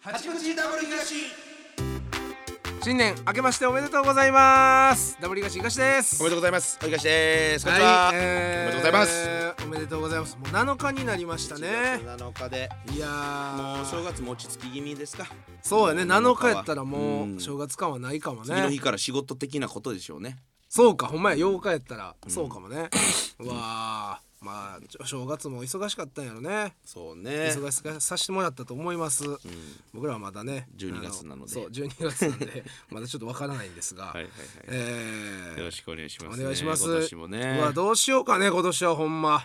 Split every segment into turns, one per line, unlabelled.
八口ダブル東
新年明けましておめでとうございますダブリガシ東です
おめでとうございますおいかしですこんにち
は
は、
い、
おめ
え
でとうございます
おめでとうございますもう7日になりましたね
1月7日で
いや
もう正
ー
月も落ち着き気味ですか、
そうやね7日やったらも
うん
う正月感はないかも
次の
ね
日から仕事的なことでしょうね
そうかほんまや8日やったらそうかもね、うわーまあちょ正月も忙しかったんやろね
そうね
忙しくさせてもらったと思います、僕らはまだね
12月なので
あそう12月なんで まだちょっとわからないんですが、
はいはいはい
えー
よろしくお願いします、
お
ね、
願いします。
今年もね
うわ
今
どうしようかね今年はほんま。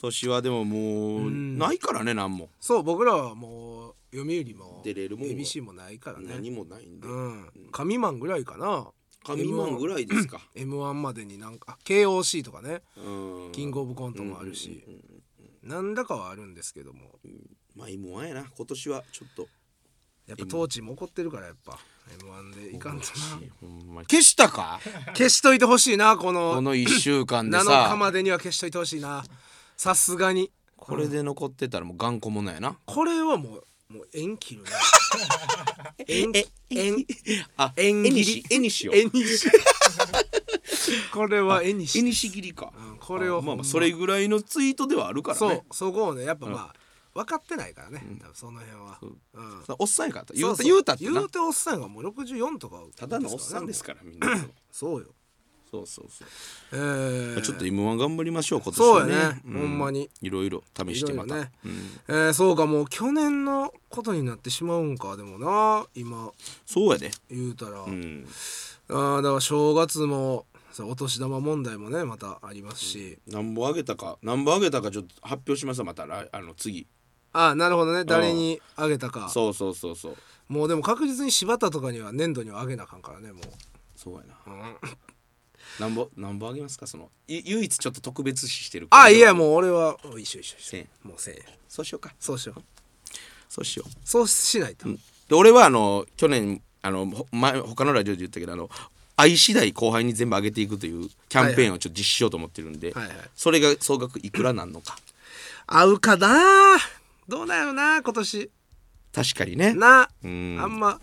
年はでももうないからね何も
そう僕らはもう読売も
出れるもんは
ABC もないからね。
何もないんで
うん。神マンぐらいかな。
神マンぐ
らい。
らいですか
M1 までになんかあ KOC とかね
うん
キングオブコントもあるし、なんだかはあるんですけども
まあ M1 やな今年はちょっと
やっぱ当地も怒ってるからやっぱ M1 でいかんとな
ほんま消した か
消しといてほしいなこ
こ
の
の1週間で
7日
さ
までには消しといてほしいなさすがに
これで残ってたらもう頑固もないな
これはもうもう縁切 るね縁切縁
あ
縁切り
えにしよ
絵にし これは絵に
え
し
にし切りか
うんこれを
あまあま
ほん
あ
ま
それぐらいのツイートではあるから
そう
ね
そこをねやっぱまあ分かってないからね多分その辺はうん
おっさんやから言
そううそ
た
う
言うたって
言
な
うておっさんがもう64とか
ただのおっさんです
か
から みんな
らねもうそうよ
そうそうそう
えー
ちょっと M1 頑張りましょう今年
そ
は
う
ね
やね
う
ほんまに
いろいろ試してま
いろいろ
た
ね
うん
えーそうかもう去年のことになってしまうんかでもな今
そうやで
言うたらあ
うん
ーだから正月もそうお年玉問題もねまたありますし
何本あげたか何本あげたかちょっと発表しますわまた来あの次
ああなるほどね誰にあげたか
そうそうそうそう
もうでも確実に柴田とかには年度にはあげなあかんからねも
そうやな
う、うん
何本何本あげますかそのい唯一ちょっと特別視してる
あいや
う
もう俺はおい一緒一緒一
せん
緒もうせんや
そうしようか
そうしよう
そうしよう
そうしないと、
で俺はあの去年あのほ前他のラジオで言ったけどあの愛次第後輩に全部あげていくというキャンペーンをちょっと実施しようと思ってるんで、
はいはい
それが総額いくらなんのか
合うかなどうなるな今年
確かにね
なあ
うん
んま
ま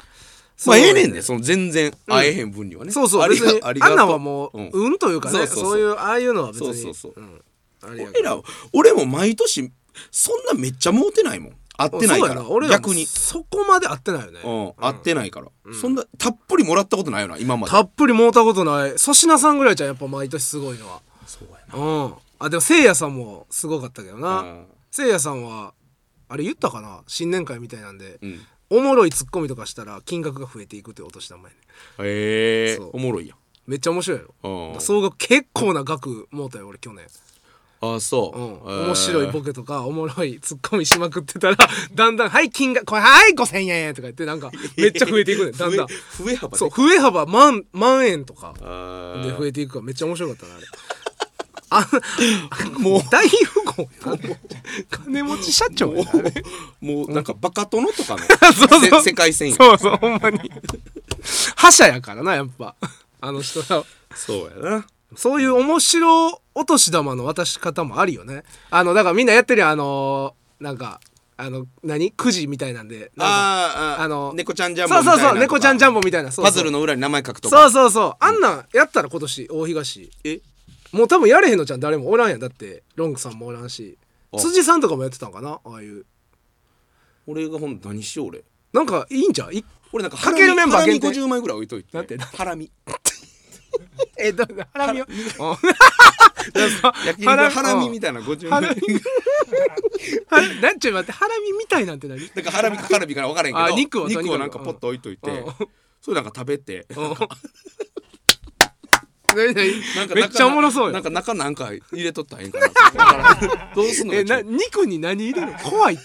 あええねんで
ね
その全然会えへん分にはね、
そうそ
あ
う
り
別
が
に
ありが
あ
と
んなんはもう、
ん
運というか
そ
ねそうう
そうそう
いうああいうのは別に、
そうそうそうん
あれや
俺ら俺も毎年そんなめっちゃ儲てないもん会ってないから
そうや俺らも
逆に、
そこまで合ってないよね、
うん、会ってないから、そんなたっぷりもらったことないよな今まで
たっぷりもうたことない粗品さんぐらいじゃんやっぱ毎年すごいのは
そうやな
うんあでもせいやさんもすごかったけど
う
なんせいやさんはあれ言ったかな新年会みたいなんで、
うん
おもろいツッコミとかしたら金額が増えていくっていうお年玉やね
へえ
そう
おもろいやん
めっちゃ面白いやろ
うん
だから総額結構な額もうたよ俺去年
ああそう、
うん
えー
面白いボケとかおもろいツッコミしまくってたら だんだん「はい金額これはい5,000円」とか言っ てなんかめっちゃ増えていくねんだんだん
増え増え幅で
そう増え幅万万円とか
あ
で増えていくからめっちゃ面白かった なあれ あ
もう
大富豪やな金持ち社長やなあれ
もうなんかバカ殿と かの
そうそう
せ世界線や
そうそう、ほんまに。覇者やからな、やっぱ。あの人ら。
そうやな
そういう面白お年玉の渡し方もあるよね。あの、だからみんなやってるやんあのーなんか、あの、何くじみたいなんで。なんか
あーあ
あの
猫ちゃんジャンボ
そ
み
う
たい
そう
な
そう、猫ちゃんジャン
ボ
ボみたいな。そうそ
パ
う
ズルの裏に名前書くと
そ
か
うそうそう。あんなんやったら今年、大東。
え
もう多分やれへんのじゃん、誰もおらんやん。だって、ロングさんもおらんし。
あ
辻さんとかもやってたんかなああいう。
俺がほん何しよう俺
なんかいいんじゃんい
俺なんか
かけるメンバー限定
ハラミ50枚ぐらい置いといて
なんて
ハラ ミ
え、だハラミを。うん
焼き
ハラ
肉ハラミみたいな50枚
ハラミはなんちゅう待ってハラミみたいなんて何
なんかハラミかカルビか分からへんけど
あ肉をとにかく
なんかポッと置いといて
うん
それなんか食べて
うん
なん
何何
か中
めっちゃおもろそう
なんか
よ
中なんか入れとったらええんかなと思ってだからどうすんの
え
かちょっ
な
と
肉に何入れるの怖いって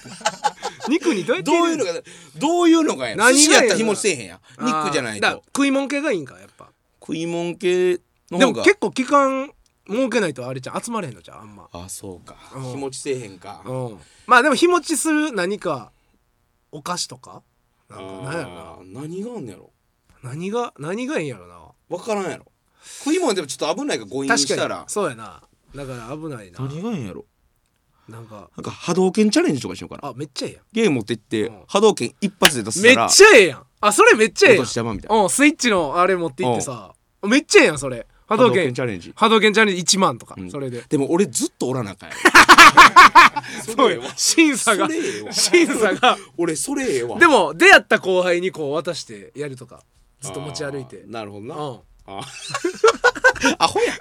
肉にどうやって
どう
入
い
れ
うの
る
がどういうのがや
何が
寿司やったら日持ちせえへんや肉じゃない
あーだから
と
食いもん系がいいんかやっぱ
食い物系の
でも
方が
結構期間儲けないとあれじゃん集まれへんのじゃんあんま
あそうか
うん
日持ちせえへんか
うんまあでも日持ちする何かお菓子とかなんか何やろ
あー何があんのやろ
な何が何がいいんやろな
分からんやろ食い物でもちょっと危ないから誤飲
確
した
かに
ら
そうやなだから危ないな
があんやろ
なんか
なんか波動拳チャレンジとかしようかな
あめっちゃええやん
ゲーム持ってって
ん
波動拳一発で出す
めっ
から
ちゃええやんあそれめっちゃええや
お年玉みたい
んうんスイッチのあれ持って行ってさめっちゃええやんそれ波動
波動拳
拳
チャレンジ
波動拳チャレンジ1万とか、それで
でも俺ずっとおらなあ かんやん
そうよ 審査が
それええわ
審査 が
俺それええわ
でも出会った後輩にこう渡してやるとかずっと持ち歩いて
あーなるほどな
うん
アホやん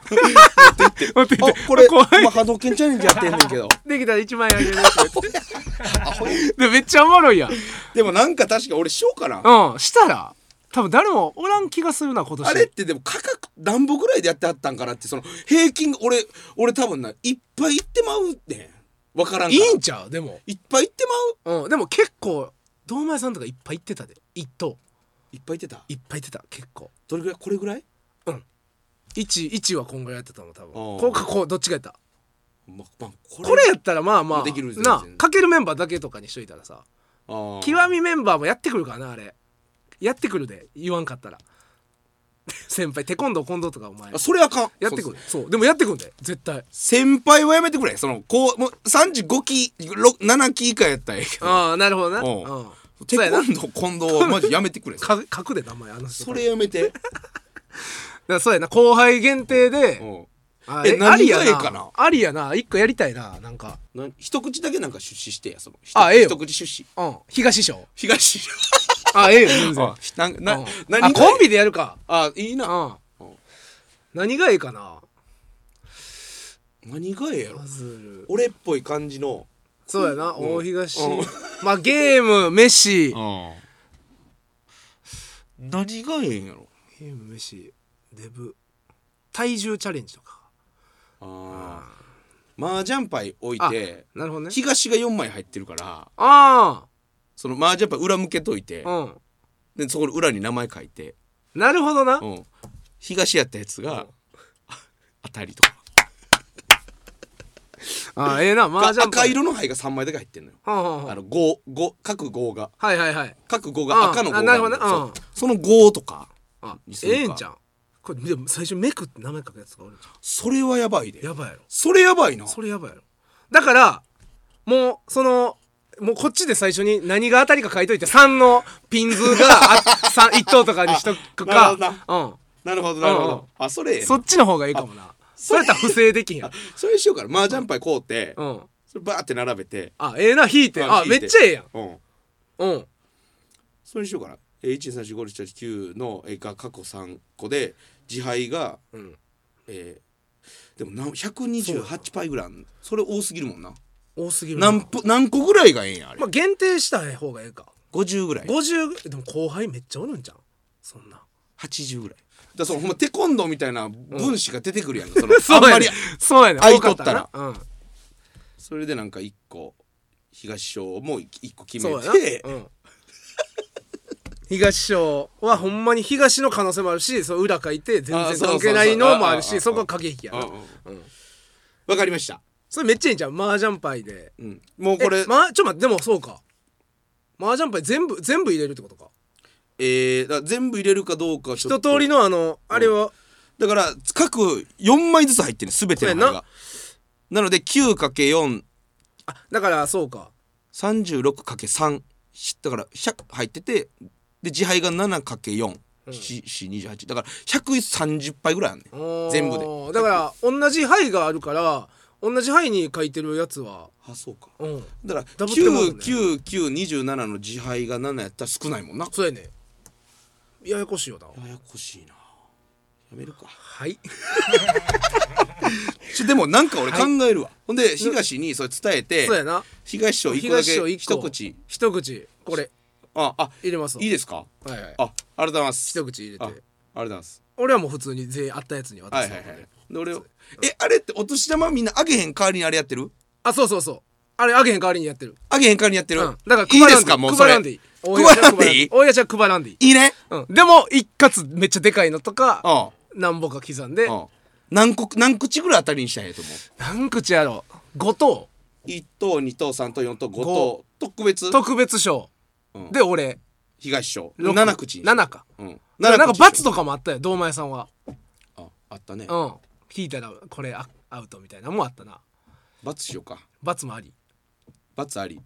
待って
あ
こ
こ
れ
れ
怖い
今波動拳チャレンジやってんねんけど
できたら1万円あげるって言ってでめっちゃおもろいやんう
でもなんか確か俺しようかなん
したら多分誰もおらん気がするな今年
あれってでも価格何歩ぐらいでやってあったんかなってその平均俺俺多分ないっぱい行ってまうねん分からん
い
から
いんちゃうでも
いっぱい行ってまう
うんでも結構堂前さんとかいっぱい行ってたで一等
いっぱい行ってた
いっぱい行ってた結構
どれぐらいこれぐらい、
11はこんぐらいやってたの多分
おう
こうかこうどっちがやった
ままこれ
これやったらまあまあ
できるぜ
なあ
全然
かけるメンバーだけとかにしといたらさ
あー
極みメンバーもやってくるからなあれやってくるで言わんかったら 先輩テコンドー近藤とかお前
あそれあかん
やってく
そう
るそうでもやってくるんで絶対
先輩はやめてくれそのこうもう35期ろ7期以下やったらええけど
ああなるほどな
おう
うん
テ
そうやな
コンドー近藤はマジやめて くれ
か書くで名前あの人
それやめて
だからそうやな後輩限定で
うん
あ
え
え
何が
ありや
ええかな
なありやな一個やりたいななんか
な一口だけなんか出資してやその一
あええよ
一口出資
うん東師 匠
東
あええよ全然
なんか
う
なん何が
あコンビでやるか
あいいな
うん
うん
何がええかな
何がええやろ
パズル
俺っぽい感じの
そうやな
うん
大東
うん
まあゲーム飯ゲ
何がええんやろ
ーム飯デブ体重チャレンジとか
あマージャン牌置い
あ
て
なるほどね
東が4枚入ってるから
あ
そのマージャン牌裏向けといて
あうん
でそこの裏に名前書いて、
なるほどな
うん、東やったやつが当たりとか
あええなマージャン
赤色の牌が3枚だけ入ってんのよ
はんはんは
あ
ん
の5五各5が
はいはいはい
各5が赤の5が
あなるほどね
そう
うん
その5とか
あ
にする
え
か
えんじゃんこれでも最初メクって名前書くやつがおるんじゃ
それはやばいで
んやばいやろ
それやばいな
それやばいやろだからもうそのもうこっちで最初に何が当たりか書いといて3のピンズがあ三一等とかにしとく
なるほど
か
ななるほどなるほどあそれええ
う、
なん
そっちの方がいいかもなそれやったら不正できんやん
それしようから麻雀牌こうて、
うん
それバーって並べて
あええな引いてあ
引いて
めっちゃええやん
うん
うん
それにしようかなえー123456789のえーが過去3個で自敗が、
ん
えーでもな128杯ぐらいあんそれ多すぎるもんな
多すぎるな
何ぽ何個ぐらいがええんやあれ
まあ、限定した方がええか
50ぐらい
50でも後輩めっちゃおるんじゃんそんな
80ぐらいだからそのほんまテコンドーみたいな分子が出てくるやんか、そのあんまり
そうやね
相取ったら
多かなうん
それでなんか1個東小も1個決
そ
め
うや
て
な、うん、東賞はほんまに東の可能性もあるしその裏書いて全然関係ないのもある
あ
し
そそ
そう
うそう
こは過激や
うん
な
うんわかりました、
それめっちゃいいんじゃん麻雀牌で
うん、もう
こ
こ
れ
れ
ま、ちょっと待ってでもそうか麻雀牌全部全部入れるってことか
えー、だから全部入れるかどうかちょ
一
っと
通りのあのあれは、
だから各4枚ずつ入ってる全ての枚
そうや
がなので 9×436×3
あだからそうか
だから100入っててで自敗が 7×428 だから130杯ぐらいあんねん
あー
全部で
だから同じ牌があるから同じ牌に書いてるやつは
あそうか
うん
だから
ダブってもあるね
99927の自敗が7やったら少ないもんな
そうやねややこしいよな
ややこしいなやめるか
はい
ちょでもなんか俺考えるわ、ほんで東にそれ伝えて
そうやな
東賞一個だ
東
け
を一個
一口
一口これ
ああ
入れます
いいですか
はいはい
あありがとうございます
一口入
ああ
れ
りがと
て
うございます
俺はもう普通に全員あったやつに渡
はい
す
は
の
いは
で、
いで俺をえあれってお年玉みんなあげへん代わりにあれやってる
あそうそうそうあれあげへん代わりにやってる、
あげへん代わりにやって
う
る、
ん、だから
い
配
いで
らん
すかもうそ
配
れ
らんでいい大家ちゃん
配らんでいい
大家ちゃん配らんでいい、
いいね
うん、でも一括めっちゃでかいのとか
あ
何本か刻んで
あああ何個何口ぐらい当たりにしたらええと思う
何口やろ5等
1等2等3等4等5等特別
特別賞、
うん
で俺
東賞
六
7口に
7か
うん
なんか罰
と
とかもあったよ堂前さんは
ああったね
うん引いたらこれあアウトみたいなのもあったな
罰しようか
罰もあり
罰あり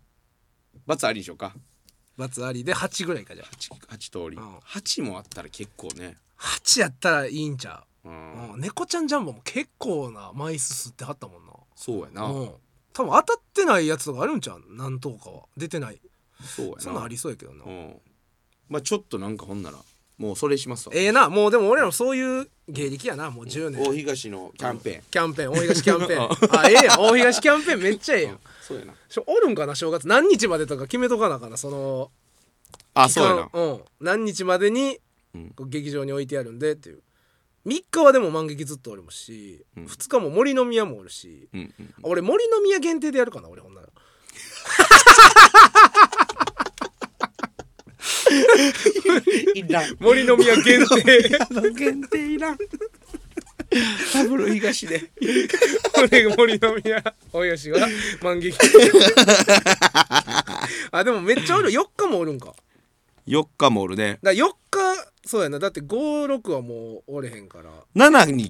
罰ありでしょうか
罰ありで8ぐらいかじゃあ
8, 8通り
うん
8もあったら結構ね
8やったらいいんちゃ
う
うんうん猫ちゃんジャンボも結構な枚数吸ってはったもんな
そうやな
うん多分当たってないやつとかあるんちゃう何等かは出てない
そうやな
そんなんありそうやけどな
うんまあちょっとなんかほんならもうそれしますわ
ええなもうでも俺らもそういう芸歴やなもう10年
大東のキャンペーン
キャンペーン大東キャンペーンあええやん大東キャンペーンめっちゃええやん
そうやな
しょおるんかな正月何日までとか決めとかなあかんなその
あ
期
そうや
間
な
うん何日までに
うん
こう劇場に置いてあるんでっていう3日はでも満劇ずっとおるもし、
うん
2日も森の宮もおるし
うんうん
あ俺森の宮限定でやるかな俺ほんなら
いらん
森の宮限定
限定いらんパブロ東で
俺が森の宮およしは 満劇あでもめっちゃおる4日もおるんか
4日もおるね
だから4日そうやなだって56はもうおれへんから
7に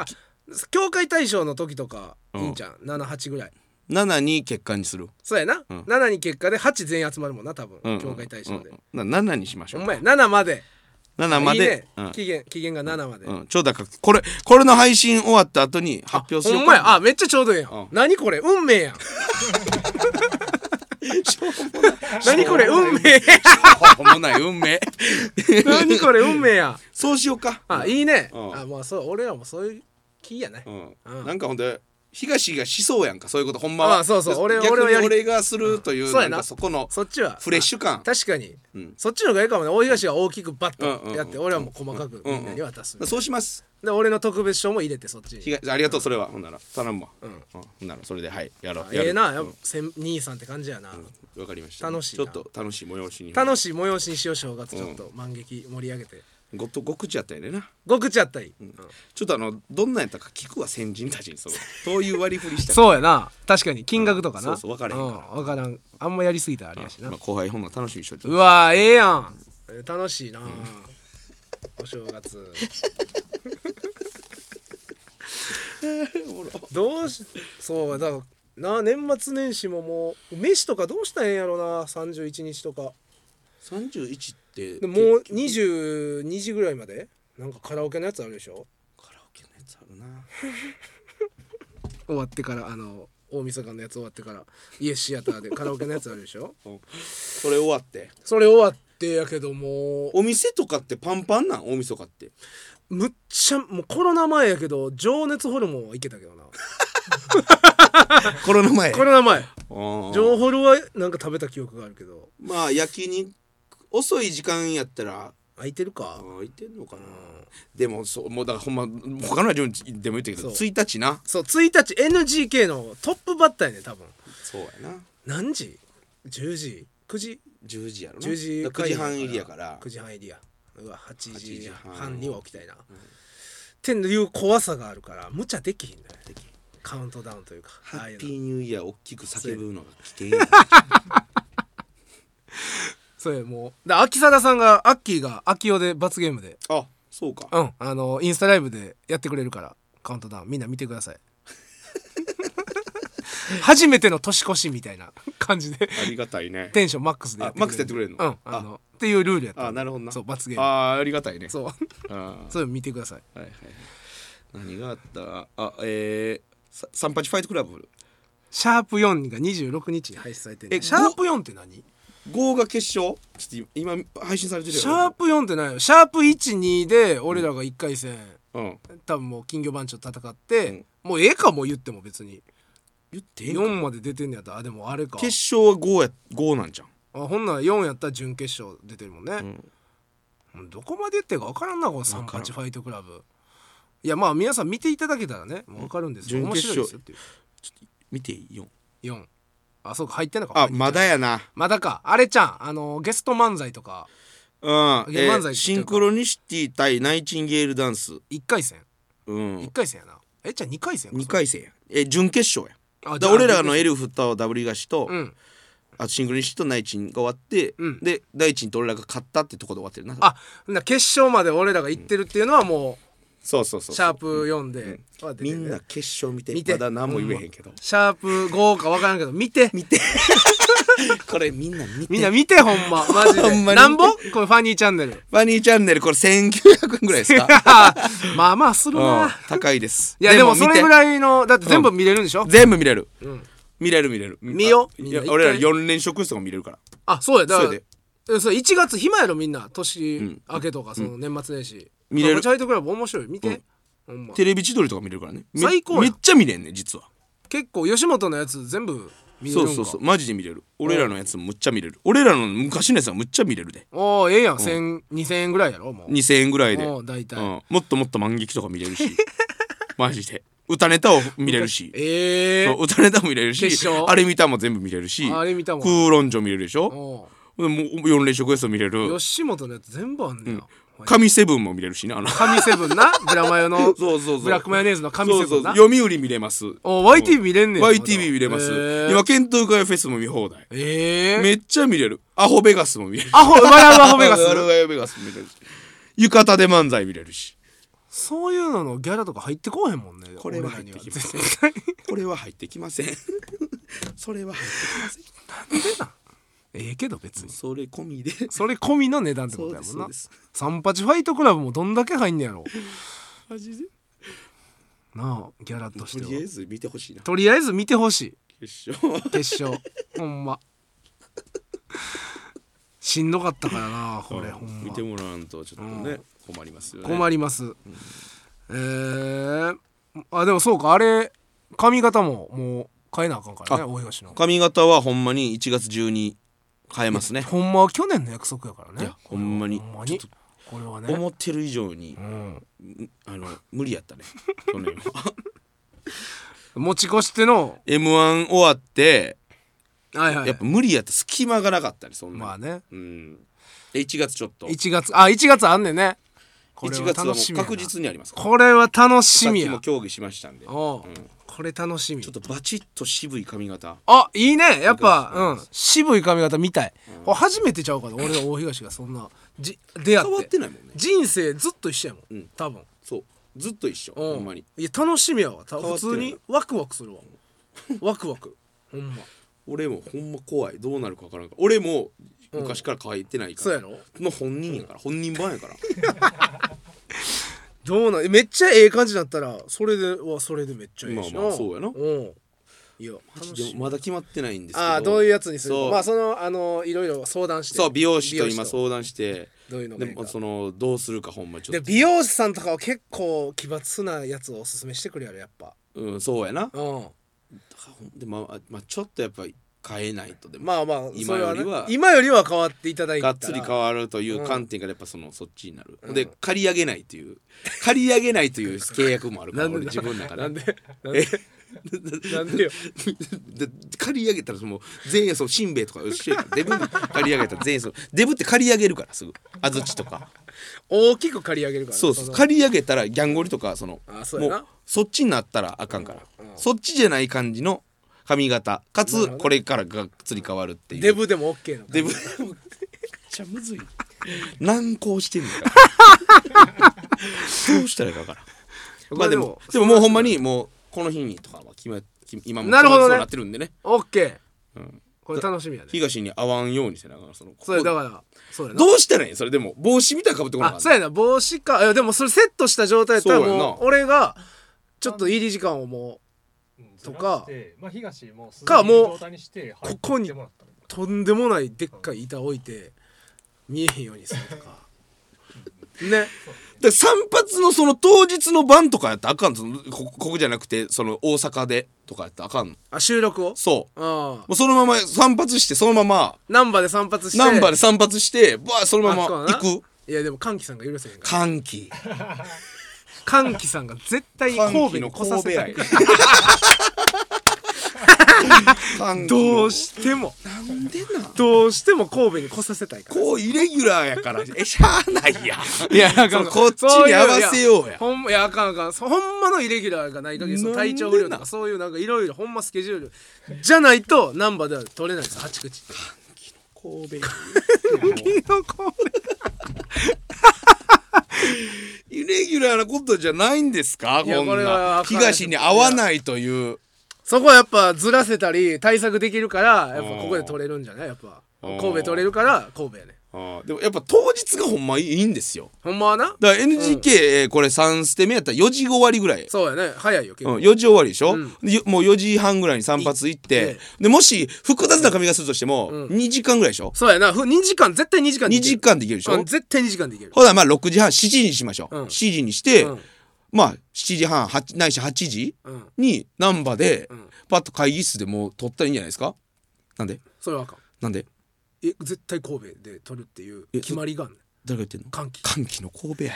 協会大賞の時とか
う
い
ん
いんちゃん78ぐらい
7に結果にする
そうやな、
うん
7に結果で8全員集まるもんな多分、
うんうん
協会大賞で、
うんな7にしまし
ほ
ょ
ん
う
まや7まで
7ま
いいね
でうん
期限期限が7まで、
うんちょうだかこれこれの配信終わった後に発表する
ほんまやあめっちゃちょうどええやん、
うん
何これ運命やん何これ運命
おもない運 命
何これ運命やん
そうしようか
あいいね、
うん
あまあそう俺らもそういう気やね、
う
うんん
なんかほんで東がしそうやんかそういうことほんまは
あそうそう
で
俺
逆に
俺はやり
俺がするといううん
そうや
な
なん
かそこの
そっちは
フレッシュ感
あ確かに、
うん
そっちの方がいいかもね大東は大きくバッ
うんうんう
と
ん
やって、俺はもう細かく
うんうん
みんなに渡す、
そうします
で俺の特別賞も入れてそっちに
東ありがとうそれはほんなら頼むわ
うん
うんほんならそれではいやろうや
え
る
えな、や
う
っ
ん
ぱ先兄さんって感じやな、
わかりました
楽しい
ちょ
な
っと楽しい催しに
楽
し
しい催しにしよう正月ちょっと満劇盛り上げて
いごとご口やったよねな
ごくちゃったり、うん
ちょっとあのどんなんやったか聞くわ先人たちにそのどういう割り振りしたか
そうやな確かに金額とかな、
うんそうそう分からへんから
うん分からんあんまやりすぎたらあれやしな、
まあ後輩ほんなら楽しみにしといて
うわーええやんえー楽しいな、お正 月どうしそうだからな年末年始ももう飯とかどうしたらええんやろな31日とか
31って
でももう22時ぐらいまでなんかカラオケのやつあるでしょ
カラオケのやつあるな
終わってからあの大晦日のやつ終わってからイエスシアターでカラオケのやつあるでしょ
うんそれ終わって
それ終わってやけどもう
お店とかってパンパンなん大晦日って
むっちゃもうコロナ前やけど情熱ホルモンはいけたけどな
コロナ前
コロナ前
ああ
情ホルはなんか食べた記憶があるけど
まあ焼肉遅い時間やったら
空いてるか
空いてんのかなでもそうもうだからほんま他のラジオでも言ったけど
そう
1日な
そう1日 NGK のトップバッターやね多分
そうやな
何時 ?10 時 ?9 時
10時やろな
10時
だから9時半入りやから
9時半入りやうわ8
8時
時
半
半には起きたいな、っていう怖さがあるから無茶できひんのよ
できん
カウントダウンというか
ハッ
ああ
ピ
いう
ー
の
ニューイヤー大きく叫ぶのが危険や
それもうだ秋貞さんがアッキーが秋代で罰ゲームで
あそうか
うんあのインスタライブでやってくれるからカウントダウンみんな見てくだ さい初めての年越しみたいな 感じで
ありがたいね
テンションマックスでやって
あマックスやってくれるの
うんあのっていうルールやった
あなるほどな
そう罰ゲーム
あーありがたいね
そう
あー
そういうの見てください
はいはい何があったあえー、さサンパチファイトクラブ
シャープ4が26日に配信されてる、
え
シャープ4って何
5が決勝ちょっと今今配信されてるよ
シャープ4って何よシャープ12で俺らが1回戦、
うん
多分もう金魚番長と戦って、
うん
もうええかもう言っても別に
言っていいの
4まで出てんのやったらあでもあれか
決勝は5や5なんじゃん
あほんなら4やったら準決勝出てるもんね、
ん
もうどこまでやってるか分からんなこのサンパチファイトクラブいやまあ皆さん見ていただけたらね分かるんですよ、
準
面
決
白い
勝
ですよっていう
見ていいよ
4あそうか入ってんのか
あ
他に
まだやな
まだかあれちゃんあのゲスト漫才とか
うん、え
ゲーム漫才っていう
ー
か
シンクロニシティ対ナイチンゲールダンス
1回戦
うん
1回戦やなえじゃあ2回戦か
2回戦やえ準決勝やだ
あじゃあ
俺らのエルフとダブリガシと、
うん
あとシンクロニシティとナイチンが終わって、
うん
でナイチンと俺らが勝ったってとこで終わってるな
あな決勝まで俺らが行ってるっていうのはもう
そうそうそう
シャープ4で、は出て
み
る
んな決勝見て
見て
まだ何も言えへんけど、
シャープ5か分からんけど見て
見てこれみんな見て
みんな見てほ んまマジで
ほんまに見て
なんぼこれファニーチャンネル
バニーチャンネルこれ1900円ぐらいです か、
まあまあする
うん
な、
高いです
いやでもそれぐ
い
らいのだって全部見れるんでしょ、
全部見れる、
ん
見れる見れる
見よ
あいや
みんな一回
俺ら4連食とかも見れるから
あそうやだから
そうや
えそれ1月暇やろみんな年
ん
明けとかその年末年始
見れる
まあチャイトクラブ面白い見て、ほんま
テレビ千鳥とか見れるからねめ
最高やん
めっちゃ見れんね実は
結構吉本のやつ全部見れ
そう
るんか
そうそうマジで見れる俺らのやつもむっちゃ見れる俺らの昔のやつはむっちゃ見れるで
おおええやん、千二2000円ぐらいやろもう
2000円ぐらいで、
お
う、
うん大体
もっともっと満劇とか見れるし マジで歌ネタを見れるし
ええ
そう歌ネタも見れるし
決勝
あれ見たも全部見れるし
あれ見たもん
空論女見れるでしょ
お
でも4連食ゲスト見れ
う
る
吉本のやつ全部あんねや、
神セブンも見れるしねあのそ
神セブン なブラマヨの
うそうそう
ブラックマヨネーズの神セブンな
そうそう読売見れます
お YTV 見れんねん
YTV 見れます、
え
今検討会フェスも見放題
え
めっちゃ見れるアホベガスも見れる
アホ笑うアホベガス
笑うアホベガスも見れるし浴衣で漫才見れるし
そういうののギャラとか入ってこうへんもんね
これは
俺ら
入っ
に
てきま
絶
せん
対
これは入ってきま せんそれは入ってきません
ええけど別に
それ込みで
それ込みの値段ってことやもん
そう
な
ですそう
サンパチファイトクラブもどんだけ入んねやろ
マジで
なあギャラとし
と
て
りあえ
は
ず見てほしいな
とりあえず見てほしい
決勝は
決勝ほんましんどかったからなこれほん
見
ま
てもらわんとちょっとね困りますよね
困ります、えー、あでもそうかあれ髪型ももう変えなあかんからね
あ
大東の
髪型はほんまに1月中に変えますね
ほんまは去年の約束やからね
いやほんまに
ほんま
ちょ
に
っと
これはね
思ってる以上に
うん
あの無理やったね去 年は
持ち越しての
m 1終わって
はいはい
やっぱ無理やった隙間がなかったねそんなに
まあね
うんで1月ちょっと1
1月あ1月あんねんねこれは
月はも
楽し
う
みやな
確実にあります
これは楽し
さっ
み
き
や
も協議しましたんで
おう、
うん
これ楽しみ
ちょっとバチッと渋い髪型
あいいねやっぱ
うん
うん渋い髪型みたい、これ初めてちゃうから俺ら大東がそんなじ出
変わ
会
っ
って
てないもんね
人生ずっと一緒やもん、
うん
多分
そうずっと一緒
うん
ほんまに
いや楽しみやわた
変わ
普
ってない
通にワクワクするわワクワクほんま
俺もほんま怖いどうなるか分からんから俺も昔から変えてないか
そう
ら
やろ
の本人やから本人版やから
どうなんえめっちゃええ感じだったらそれではそれでめっちゃええしな
まあまあそうやなん
いや楽しみ
でもまだ決まってないんですけど
ああどういうやつにする
そ
か
う
まあそのあのいろいろ相談して
そう美容師と今
う
相談して
どういうの
で
がいいか
もそのどうするかほんまちょ
で
っと
美容師さんとかは結構奇抜なやつをおすすめしてくるやろやっぱ
うんそうやな
うん
でまあまあちょっとやっぱり変えないとでも
まあまあ
今
それね
よりは
今よりは変わっていただいた
が
ら
っつり変わるという
うん
観点からやっぱそのそっちになる、
ん
で借り上げないという借り上げないという契約もあるか
な
ら
んで
俺自分だから
なんでなんで なんでよ
で借り上げたらその全員そうしんべヱとか吉江とかデブ に借り上げたら全員そうデブって借り上げるからすぐ安土とか
大きく借り上げるからね
そうそう
の
借り上げたらギャンゴリとかその
あそうやな
もうそっちになったらあかんから、
うんうん
そっちじゃない感じの髪型か
なる
つ
ほど
これからがっつり変わるっていう
デブでも OK なの
デブめっちゃむずい 難航してんのか どうしたらいいかわからんまあでもでももうほんまにもうこの日にとかは決ま決今もう
なるほどね
決まりそうなってるんでね
OK
うん
これ楽しみやね
東に合わんようにせなあかんそのここ
それだからそうやな
どうしたらいいんそれでも帽子みたいなかぶってこなか
あ
っ
そうやな帽子かいやでもそれセットした状態やったら
そうやな
もう俺がちょっと入り時間をも
うん
とか
ずらしてまあ、東も鈴木
かもう
の状態にして入って
ここに
きてもらったらいいう
とんでもないでっかい板置いて見えへんようにするとか ね
で散髪のその当日の晩とかやったらあかんそのこここじゃなくてその大阪でとかやったらあかんの
あ収録を
そう
ああ
もうそのまま散髪してそのまま
難波で散髪して
難波で散髪してバーそのまま
あそうやな
行く
いやでも歓喜さんが許せへんか
歓喜
ら歓喜さんが絶対神戸に来させたい
歓喜 歓喜の
どうしても
なんでなん
どうしても神戸に来させたいから
こうイレギュラーやからえしゃあないやん
いやあ
そのこっちに合わせようや
ほんまいやあかんあかんそほんまのイレギュラーがない時その体調不良とかそういうなんかいろいろほんまスケジュールじゃないと難波では取れないです八口
神戸
キノコ
イレギュラーなことじゃないんですか
いや
こん
これは
な
あかん
東に合わないという
そこはやっぱずらせたり対策できるからやっぱここで取れるんじゃないやっぱ
うん
神戸取れるから神戸やね
あーでもやっぱ当日がほんまいいんですよ
ほんまはな
だから NGK、えーこれ3ステ目やったら4時終わりぐらい、
そうやね早いよ結
うん、
構、
4時終わりでしょ、
うん
でよもう4時半ぐらいに散髪行って
行って
でもし複雑な髪がするとしても
うん
2時間ぐらいでしょ、
そうやなふ2時間絶対2時間で
2
いけ
時
る
間でいけるでしょ、
うん絶対2時間でいける
ほらまあ6時半7時にしましょう、
うん
7時にして、
うん
まあ7時半8ないし8時
うん
に難波で
うん
パッと会議室でもう撮ったらいいんじゃないですかなんで
それはあかん
なんで
え絶対神戸で取るっていう決まりがあんねん
誰が言ってんの
歓喜
歓喜の神戸愛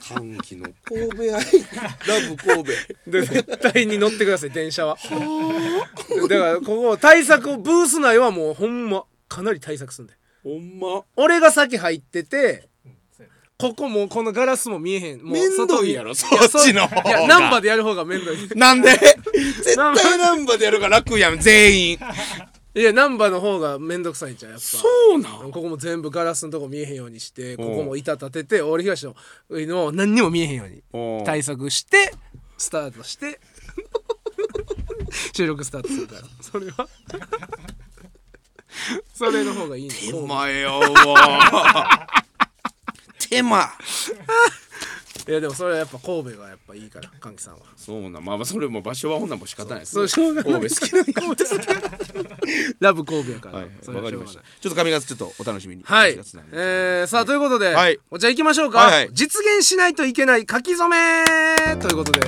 歓喜の神戸愛ラブ神戸
で絶対に乗ってください電車はだからここ対策をブース内はもうほんまかなり対策すんで
ほんま
俺が先入ってて
うんそうやね
ここもうこのガラスも見えへんもう
めんどいやろそっちの方
いや
が
ナンバでやる方がめんどい
なんで絶対ナンバでやるから楽やん全員
いやナンバの方がめんどくさいんちゃうやっぱ
そうなん
ここも全部ガラスのとこ見えへんようにしてこ
ん
こも板立てて俺東の上の何にも見えへんように
うん
対策してスタートして 収録スタートするからそれは それの方がいいね
手間よも う手間
いやでもそれはやっぱ神戸がやっぱいいから歓喜さんは
そうなんまあまあそれも場所はほんなんも仕方ないです
そうしょうがない
神戸好きなんや
神戸好き ラブ神戸やから、
はい
それ
わ
は
かり
しょう
ま
が
し
な
た
い
ちょっと髪型ちょっとお楽しみに
はい
8月なん、で
えー、さあということで、
はい
お茶行きましょうか、
はいはい
実現しないといけない書き初めということで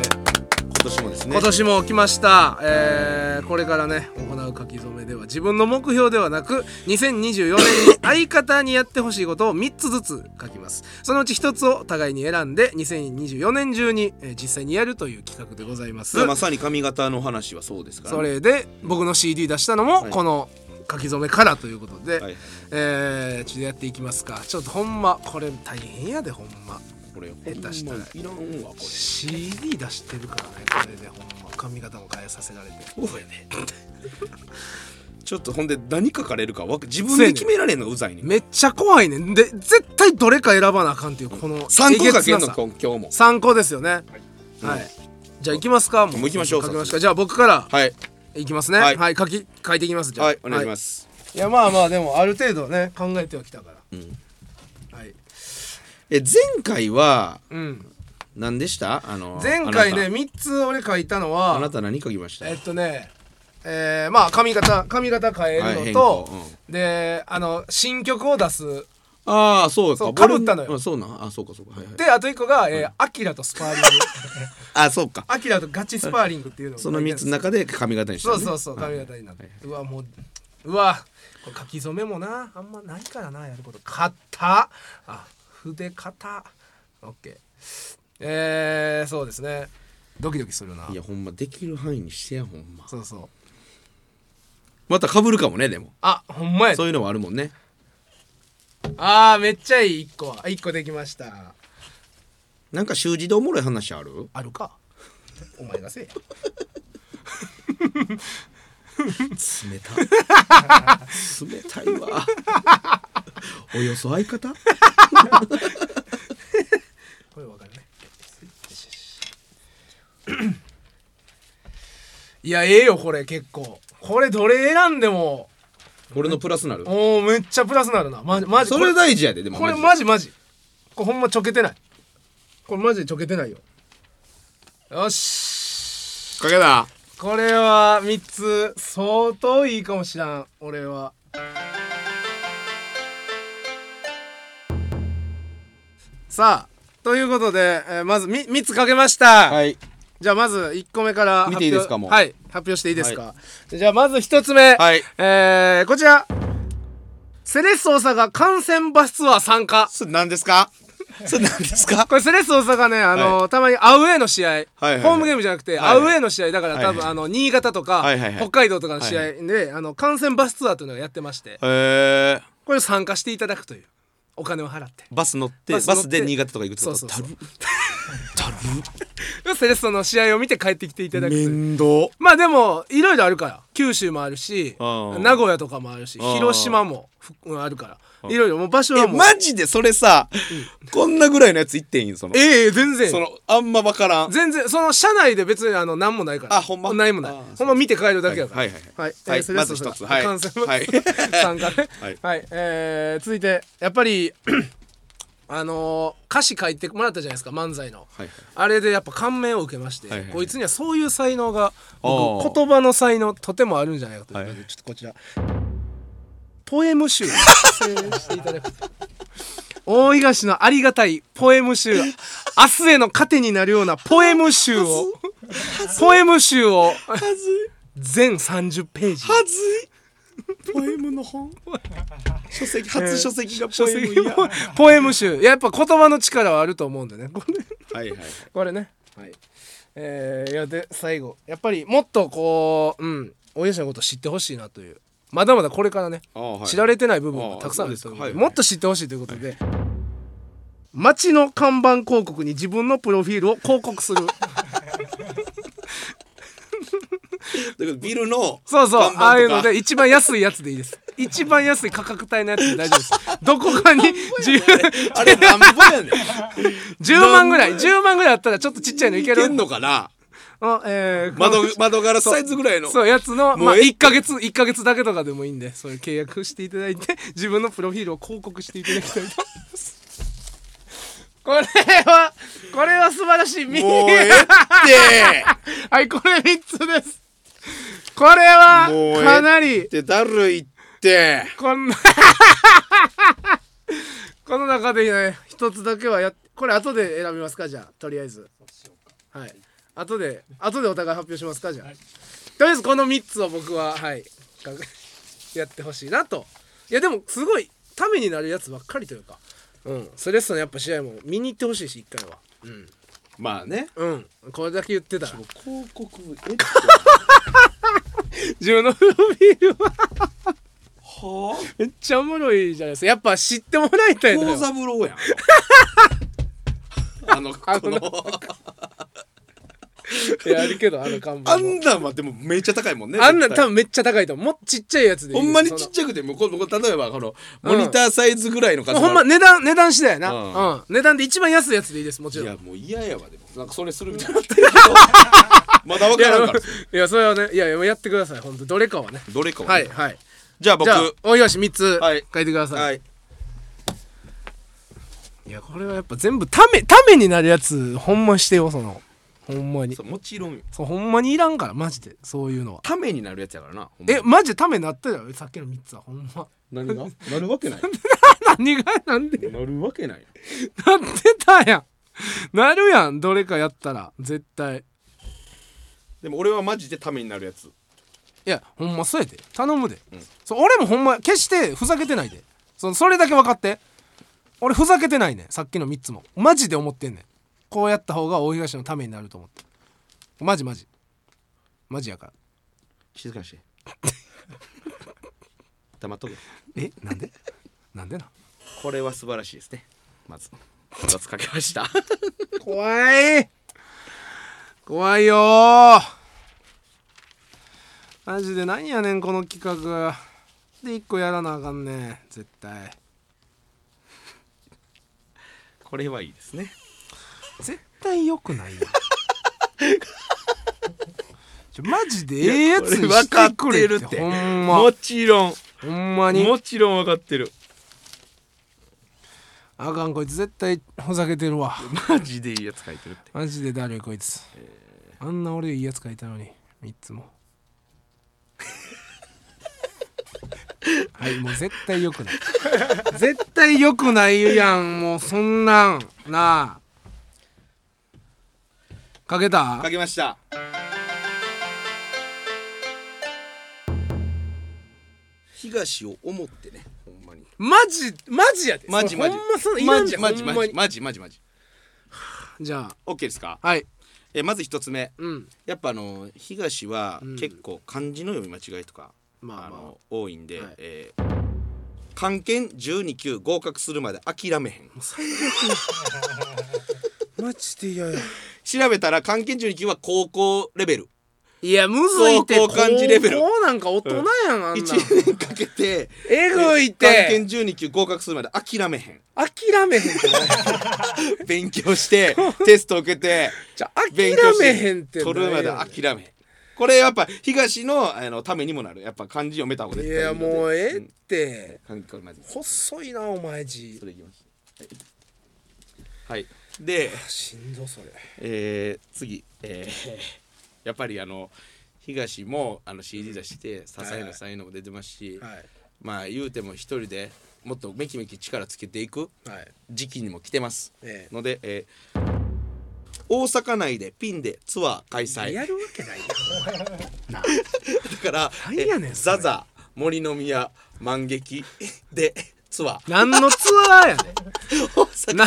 今年もですね
今年も来ました、えーこれからね行う書き初めでは自分の目標ではなく2024年に相方にやってほしいことを3つずつ書きますそのうち1つを互いに選んで2024年中に、えー実際にやるという企画でございます
まさに髪型の話はそうですから
そ
ね、
れで僕の CD 出したのも
はい
この書き初めからということで、
はいはい
えーちょっとやっていきますかちょっとほんまこれ大変やでほんま
これ
下手したら
ほんまいらんわこ
CD 出してるからねこれでほんま髪型も変えさせられて
そうやねれちょっとほんで何書かれるかわか自分で決められんのがうざいねん
めっちゃ怖いねんで絶対どれか選ばなあかんっていうこ
3
の
個書けんの
えげつなさ
今今日も
参考ですよねはい、じゃあ行きますかも
もう行きましょう
書きますかじゃあ僕から
はい
行きますねは、
はいい
書き書いていきますじゃあ
はいお願いします、
いやまあまあでもある程度ね考えてはきたから
うん
はい、
え前回は
うん、
何でしたあの
前回ね
あな
3つ俺書いたの
たあ
は
なた何書きました
えっとねえー、まあ髪型髪型変えるの
は
と
い、変更
であの新曲を出す
ああそう
そ
か
うかぶったのよ
俺あそうなんあそうかそうかはいはい
であと一個が、えーアキラとスパーリング
あそうか
アキラとガチスパーリングっていうのを
その3つの中で髪型にしたの
そう
ね
そうそう
はい
髪型になって、うわもううわこれ書き初めもなあんまないからなやること型あ筆型オッケーえー、そうですねドキドキするない
やほんまできる範囲にしてやほんま
そうそう
また被るかもねでも
あほんまや
そういうのはあるもんね
あーめっちゃいい1個は1個できました
なんか習字でおもろい話ある
あるかお前がせえ
冷た 冷たいわおよそ相方
これわかるねよしよし いやええよこれ結構これどれ選んでも
俺のプラスなる
おーめっちゃプラスなるなマジマジ
それ大事やででも
これこれマ
ジ
ジマジこれほんまちょけてないこれマジでちょけてないよよし
かけだ
これは3つ相当いいかもしらん俺はさあということで、えーまず 3, 三つかけました、
はい
じゃあまず1個目から発表
見ていいですかもう
はい発表していいですか、じゃあまず1つ目、
はい
えー、こちらセレッソ大阪感染バスツアー参加
それ何です かそれ何ですか
これセレッソ大阪ね、あのたまにアウェーの試合、
はいはい
ホームゲームじゃなくて、
はいはい
アウェーの試合だから、多分、
はいはい
あの新潟とか、
はいはいはい
北海道とかの試合で、あの観戦バスツアーというのをやってまして、
えー、
これ参加していただくというお金を払って
バス乗って
バ
バ
ス
ス
乗って
で新潟とか行くってこと
そうそうそう
だるだ
セレッソの試合を見て帰ってきていただ
る
くという
面倒
まあでもいろいろあるから九州もあるし
ああ
名古屋とかもあるし
ああ
広島もふうんあるからいろいろもう場所は
え
もう
マジでそれさ、こんなぐらいのやつ言っていいんその
ええ全然
そのあんまわからん
全然その社内で別にあの何もないから
あほんま
何もない
ああ
ほんま見て帰るだけやから
はいはいはい
はい、
はい
えーそれ
まず一つはい
感染
はい
参加ね
はい
はい、えー続いてやっぱり あのー歌詞書いてもらったじゃないですか漫才の
はいはい
あれでやっぱ感銘を受けまして、
はいはいはい
こいつにはそういう才能が
おー
僕言葉の才能とてもあるんじゃないかということで、
は
ちょっとこちらポエム集発声していただくと大東のありがたいポエム集明日への糧になるようなポエム集をポエム集を全30ページ
はずいポエムの 本書籍初書籍がポ
書
エム
籍
や
ポポエム集やっぱ言葉の力はあると思うんでねこれね
はいはい
これねはいえー、いやで最後やっぱりもっとこううん大東のことを知ってほしいなというまだまだこれからね
ああはい
知られてない部分がたくさんある
ああそ
と
う
い
で
う
すかはい
ことで
はい
もっと知ってほしいということで街の看板広告に自分のプロフィールを広告 する
だけどビルの
そう
看板
そう
とか
ああいうので一番安いやつでいいです一番安い価格帯のやつで大丈夫ですどこ かに10
あれなんぼやねん
10万ぐらい10万ぐらいあったらちょっとちっちゃいのいけ
い
る
けんのかな
あえー
窓窓ガラスサイズぐらいの
そうやつの
もう
まあ、
ええ
1か月1か月だけとかでもいいんでそれ契約していただいて自分のプロフィールを広告していただきたいと思いますこれはこれは素晴らしいみ
もうええっ
はいこれ3つですこれは
もうええ
かなり
てでだるいって
こんなこの中でね一つだけはやっこれ後で選びますかじゃあとりあえずはい後で後でお互い発表しますかじゃあ、とりあえずこの3つを僕ははいかやってほしいなといやでもすごいためになるやつばっかりというかうんセレッソのやっぱ試合も見に行ってほしいし1回は
まあね
うんこれだけ言ってたら
広告え
自分のプロフィールは
はあ
めっちゃおもろいじゃないですかやっぱ知ってもらいたいの
幸
よ
三郎やんあのこの
いやあるけどあの看板
あ
も
んなんはでもめっちゃ高いもんね
あんなん
絶
多
対
分めっちゃ高いと思う。もっとちっちゃいやつでいい
ほ
です
んまにちっ
そ
ちゃくてもうこのこの例えばこの
うん
モニターサイズぐらいの数
の
があ
ほんま
る
値段値段次第やな、う
うんん
値段で一番安いやつでいいですもちろ
い
ん
や
いや
もう嫌やわでもなんかそれするみたいになってるけどまだわからんから
いやそれはねいやいややってください本当どれかはね
どれかをね
はいはい
じゃあ僕
じゃあ大東3つ書
はいい
てください、、
はいい
やこれはやっぱ全部ためためになるやつほんましてよそのほんまに
そうもちろん
そうほんまにいらんからマジでそういうのは
ためになるやつやからなほんま
えマジでためになったよさっきの3つはほんま
何が なるわけない
何がなんで
なるわけない
なってたやんなるやんどれかやったら絶対
でも俺はマジでためになるやつ
いやほんまそうやで頼むで、そう俺もほんま決してふざけてないでそのそれだけ分かって俺ふざけてないねんさっきの3つもマジで思ってんねんこうやった方が大東のためになると思ってマジマジマジやから
静かにして 黙っとけ
えなんで なんでな
これは素晴らしいですねまず一つかけました
怖い怖いよーマジでなんやねんこの企画で1個やらなあかんねん絶対
これはいいですね
絶対良くないよちょマジでええやつに
分
し
か
て
っ
くれ
て
って
る
っ
ってて
ほんま
もちろん
ほんまに
もちろん分かってる
あかんこいつ絶対ふざけてるわ
マジでいいやつ書いてるって
マジでだるいこいつ、あんな俺いいやつ書いたのに3 つもはいもう絶対良くない絶対良くないやんもうそんなんなあかけた
書きました東を思ってねほんまに
マジマジやで
マジマジ
ほんまそんないら
マ
んで
ジマジ
ほ
マ
んま
ジ
に
マジマジマジ
じゃ
OK ですか
あはい
えまず一つ目
うん
やっぱあの東は結構漢字の読み間違いとか、
まあまあ
あの多いんで、
はい
えー漢検12級合格するまで諦めへん
マジで嫌や
調べたら漢検12級は高校レベル
いやむずいって
高校漢字レベル
高校なんか大人やんあんな
1年かけて
えぐいっ
漢
て
検12級合格するまで諦めへん
諦めへんってな
勉強 してテスト受けて
じゃ
勉
諦
強
めへんって
取るまで
なんやねん
諦めへんこれやっぱ東のあのためにもなるやっぱ漢字読めた方が
いやもうええっ
ん
て、
漢字これまず
細いなお前字
それいきますはい、はい、で
しんどそれ
えー次、えー やっぱりあの東もあの CD 出して「支えの才能」も出てますし、
はい
まあ言うても一人でもっとめきめき力つけていく
はい
時期にも来てます、
ええ
ので、えー大阪内でピンでツアー開催
や
だ
るわけないやん
から
なんやねん
えー
それ
ザザ森の宮万劇でツアー
何のツアーやねん
大阪
何の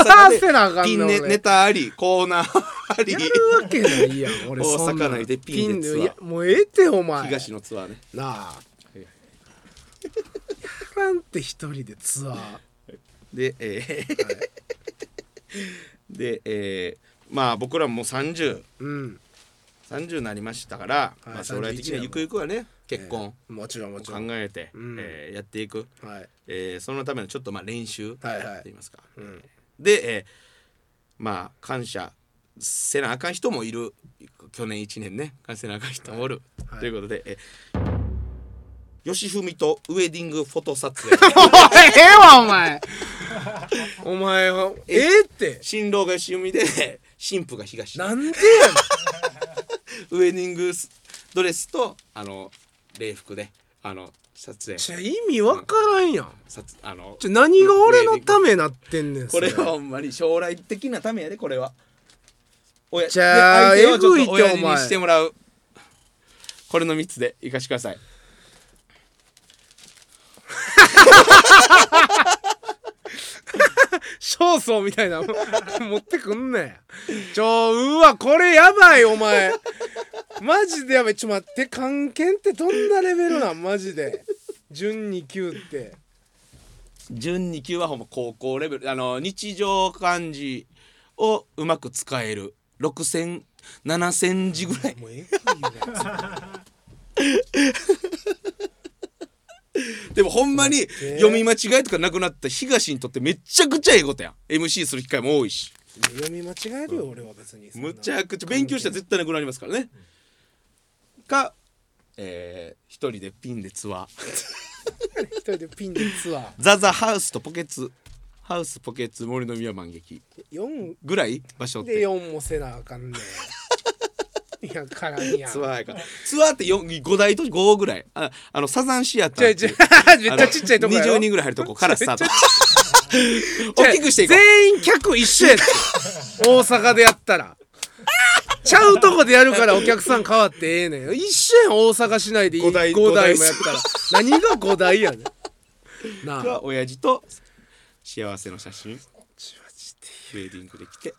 ツアーせなあかんね
ピ
ん
ンネ
俺
ネタありコーナーあり
やるわけないやん俺
大阪
そんなん
内でピンでツアー
いやもうええってお前
東のツアーね
なあやらんって一人でツアー
で、えー で、えーまあ僕らももう3030
うんに
になりましたから、
い
まあ、将来的には
31
ゆくゆくはね結婚
もちろんも
を
ち
考
ろん、
えて、
うん
えーやっていく、
はい
えーそのためのちょっとまあ練習と
はいはい
いいますか、
うん、
で、えーまあ感謝せなあかん人もいる去年1年ね感謝せなあかん人もおる、
はい
ということで、えー、吉文とウェディングフォト撮影
おいええわお前 お前は ええって
新郎が吉文で新婦が東
なんでやねん
ウェディングスドレスとあの礼服であの撮影
ちょ意味わからんやん
撮あの
ちょ何が俺のためなってんねん
こ
そ
れはほんまに将来的なためやでこれはおや
じゃあ
で相手をちょ
え
っと
ぐいっ
親
てお前
父にしてもらうこれの3つでいかしてください
焦燥みたいなの持ってくんねんちょうわこれやばいお前マジでやばいちょ待って関係ってどんなレベルなんマジで準2級って
準2級はほんま高校レベルあの日常漢字をうまく使える60007000字ぐらい
もうえぐいよ
でもほんまに読み間違いとかなくなった東にとってめっちゃくちゃええことやん MC する機会も多いし
読み間違えるよ俺は別にそんな
むちゃくちゃ勉強したら絶対なくなりますからねかえー、一人でピンでツアー
一人でピンでツアー
ザザハウスとポケツハウスポケツ森の宮万劇
4
ぐらい場所っ
で
て
4もせなあかん ねんいやからんやん
ツアーやからツアーって5台と5ぐらいああのサザンシアタ
違
ー
う違
っていう
うめっちゃちっちゃいとこやろ
20人ぐらい入るとこからスタート
違う
大きくしていこう
全員客一緒やって大阪でやったらちゃうとこでやるからお客さん変わってええねん一緒やん大阪市内で
五台
5台もやったら何が5台やねんなあ
が親父と幸せの写真ウェディングできて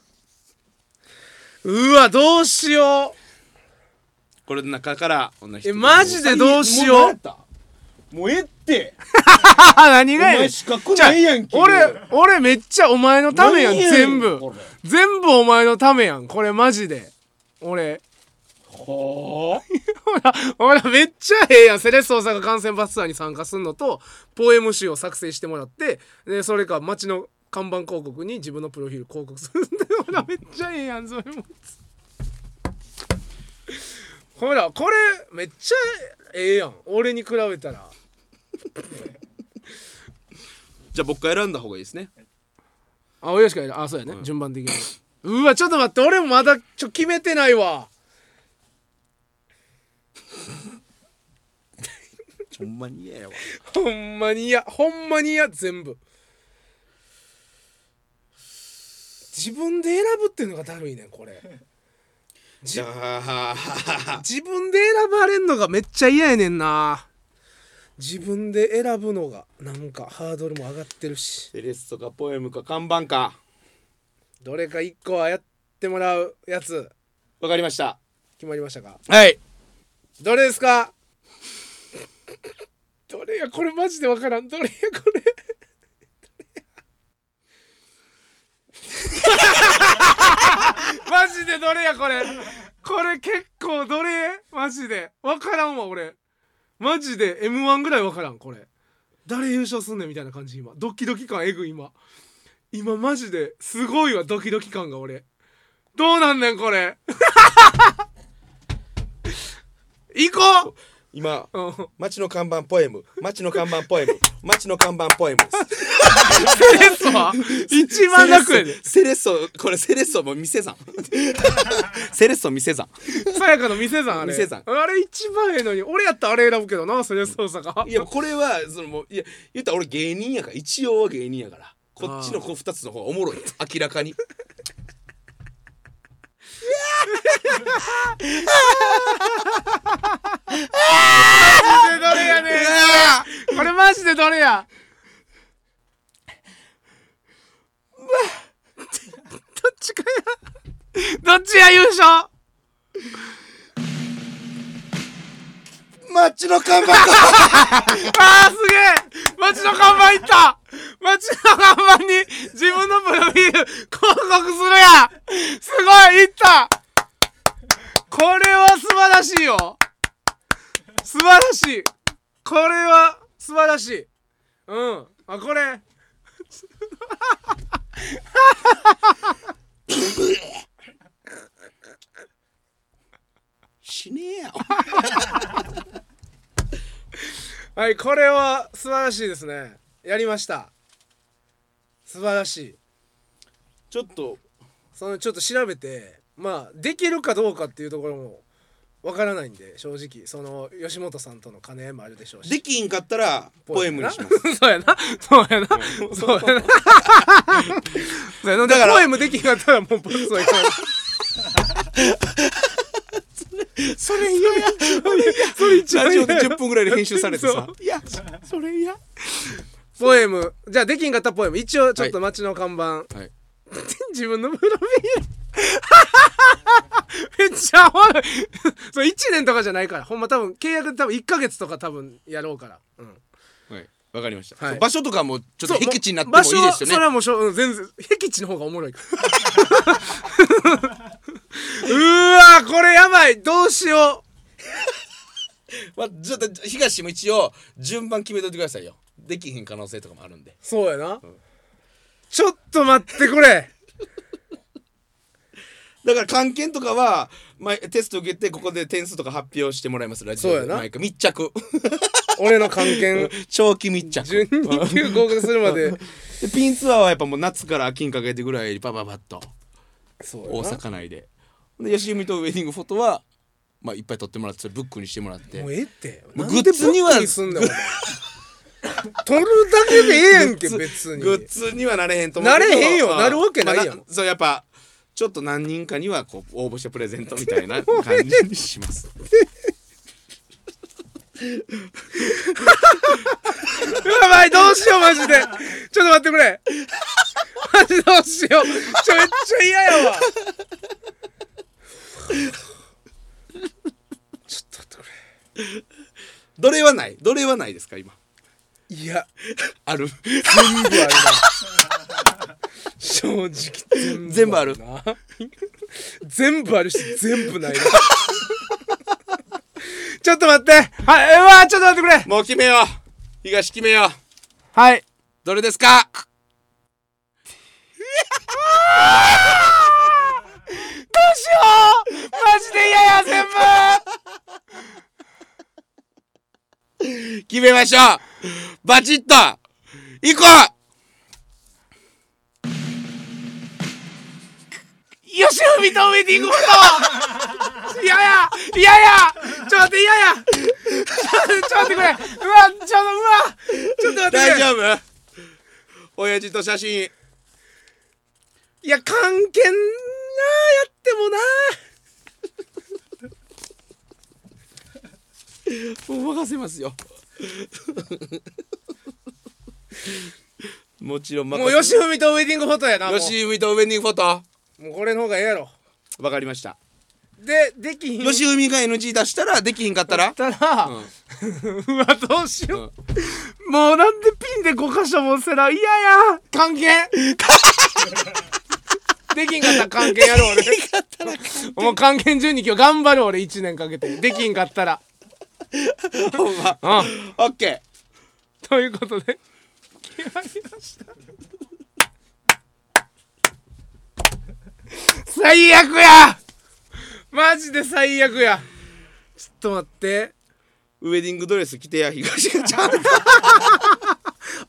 うわどうしよ
これの中から女一人
えマジでどうしよう
も何やったもうええって
う何
お
がやね
前
ん
資格ないやんけ
俺俺めっちゃお前のためやん
何やねん
全部
これ
全部お前のためやんこれマジで俺
は
ほらめっちゃええやんセレッソ大阪観戦バスツアーに参加するのとポエム集を作成してもらってでそれか街の看板広告に自分のプロフィール広告するんで ほらめっちゃええやんそれもほらこれめっちゃええやん俺に比べたら
じゃあ僕が選んだ方がいいですね
あ親しかいるあそうやね、順番的にうわちょっと待って俺もまだちょ決めてないわ
ほんまに嫌やわ
ほんまに嫌ほんまに嫌全部自分で選ぶっていうのがだるいねんこれ
じゃあ
自分で選ばれんのがめっちゃ嫌やねんな自分で選ぶのがなんかハードルも上がってるし
セレッソかポエムか看板か
どれか一個はやってもらうやつ
わかりました
決まりましたか
はい
どれですかどれやこれマジでわからんどれやこれ どれやマジでどれやこれこれ結構どれマジで分からんわ俺マジで m 1ぐらい分からんこれ誰優勝すんねんみたいな感じ今ドキドキ感えぐい今今マジですごいわドキドキ感が俺どうなんねんこれ行こ
今
う、うん
町の看板ポエム町の看板ポエム町の看板ポエ ムです
セレッソは一番楽やで
セレッソセレッソこれセレッソも店 さんセレッソ店さん
さやかの店さんあれ
店さん
あれ一番ええのに俺やったらあれ選ぶけどなそれ捜査が
いやこれはそのもういや言ったら俺芸人やから一応は芸人やからこっちのこう2つの方がおもろいやん明らかに
マジでどれやねんこれマジでどれやどっちかやどっちや優勝
町の看板
あーすげえ街の看板いった街の看板に自分のプロフィール広告するやんすごいいったこれは素晴らしいよ素晴らしいこれは素晴らしいうんあこれ
死ねえや
はいこれは素晴らしいですねやりました素晴らしい
ちょっと
そのちょっと調べてまあできるかどうかっていうところもわからないんで正直その吉本さんとの兼ね合いもあるでしょ うし
できひんかったらポエムにします
す そうやなそうやなそうやな そうやな
だ
だか
からら
ポエムできなかったらもうボツはいかない
それ嫌や
それ一
ラ
番
ジ
嫌
オ
や
で10分ぐらいで編集されてさ
そ
いやそれ嫌
ポエムじゃあできんかったらポエム一応ちょっと街の看板、
はい
自分のプロフィール めっちゃおもろいそれ1年とかじゃないからほんま多分契約で多分1ヶ月とか多分やろうからうん
はいわかりました、
はい
そう場所とかもちょっと
そう
僻地になってもいいですよ
場所はそれ
ね
はもうしょ、うん、全然僻地の方がおもろい からうーわこれやばいどうしよ
まあ、ちょっと東も一応順番決めといてくださいよできひん可能性とかもあるんで
うそうやな、ちょっと待ってこれ
だから関係とかは、まあ、テスト受けてここで点数とか発表してもらいますラジオで
そうやな
毎回密着
俺の関係
長期密着
順に級合格するまで
でピンツアーはやっぱもう夏から秋にかけてぐらいにパパパッと
そう
大
やな
阪内でで吉見とウェディングフォトは、まあ、いっぱい撮ってもらってそれブックにしてもらって
もうええって
もう
なん
グ
で
ッズには
ブックすんだよ取るだけでええやんけ
グッズ
別に
グッズにはなれへんと思うけど
なれへんよ
まあ
なるわけないやん
まあそうやっぱちょっと何人かにはこう応募してプレゼントみたい な感じにします
やばいどうしようマジでちょっと待ってくれマジどうしようちょめっちゃ嫌やわちょっと待ってく
どれはないどれはないですか今
れいや
ある
全部あるな正直
全部ある
な全部あるし全部ないなちょっと待ってはいうわちょっと待ってくれ
もう決めよう東決めよう
はい
どれですか
どうしようマジで嫌や全部
決めましょうバチッと行こ
吉文とウェディングフォトいややいややちょっと待っていややちょっとちょっと待ってくれうわちょっとうわちょっと待っ
う大
てくれ
丈夫親父と写真
いや関係なやってもな
もう任せますよ もちろん任
もう吉文とウェディングフォトやなも
よ
う
し海とウェディングフォト
もうこれの方がええやろ
わかりました。
でできひん
よし海が NG 出したらできひんかったら
たら、うわど うしよう、もうなんでピンで5箇所もせな嫌や関係できんかったら関係やろう俺もう関係12キロ頑張る俺1年かけてできんかったら
ほんま
うん
オッケ
ということで決まりました最悪やマジで最悪やちょっと待って
ーウェディングドレス着てや東がち ゃんと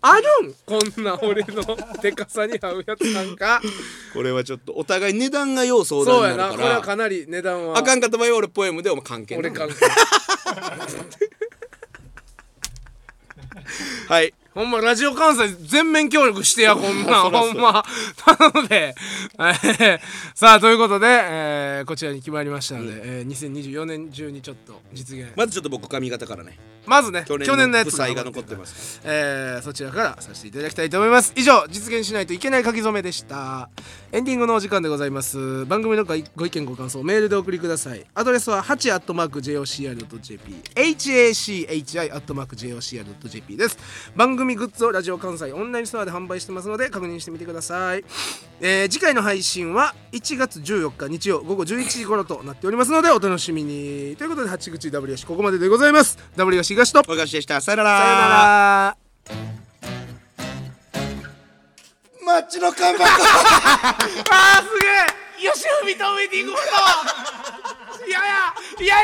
あるんこんな俺のでかさに合うやつなんか
これはちょっとお互い値段が要相
そう
談
や
になる
なこ
か
れは
ら
かなり値段は
あかんかった場合は俺ポエムでお前関係な
俺関係
はい
ほんまラジオ関西全面協 力してやこんなん
そらそ
ほ
うん
まなので、えーさあということで、えーこちらに決まりましたので、えー2024年中にちょっと実現ま
まずちょっと僕髪型からね
ずね去
去年
年の
の
や
負
つ
債が残ってます
えーそちらからさせていただきたいと思います以上実現しないといけない書き初めでしたエンディングのお時間でございます番組のごご意見ご感想メールでお送りくださいアドレスは 8-jocr.jp hachi-jocr.jp です番組グッズをラジオ関西オンラインストアで販売してますので確認してみてください、えー次回の配信は1月14日日曜午後11時頃となっておりますのでお楽しみにということで八口 W よしここまででございます W よし東とさよ
お菓子でしたさよなら
なら
マッチの看板
あーすげえ吉文とウェディングフォトやややや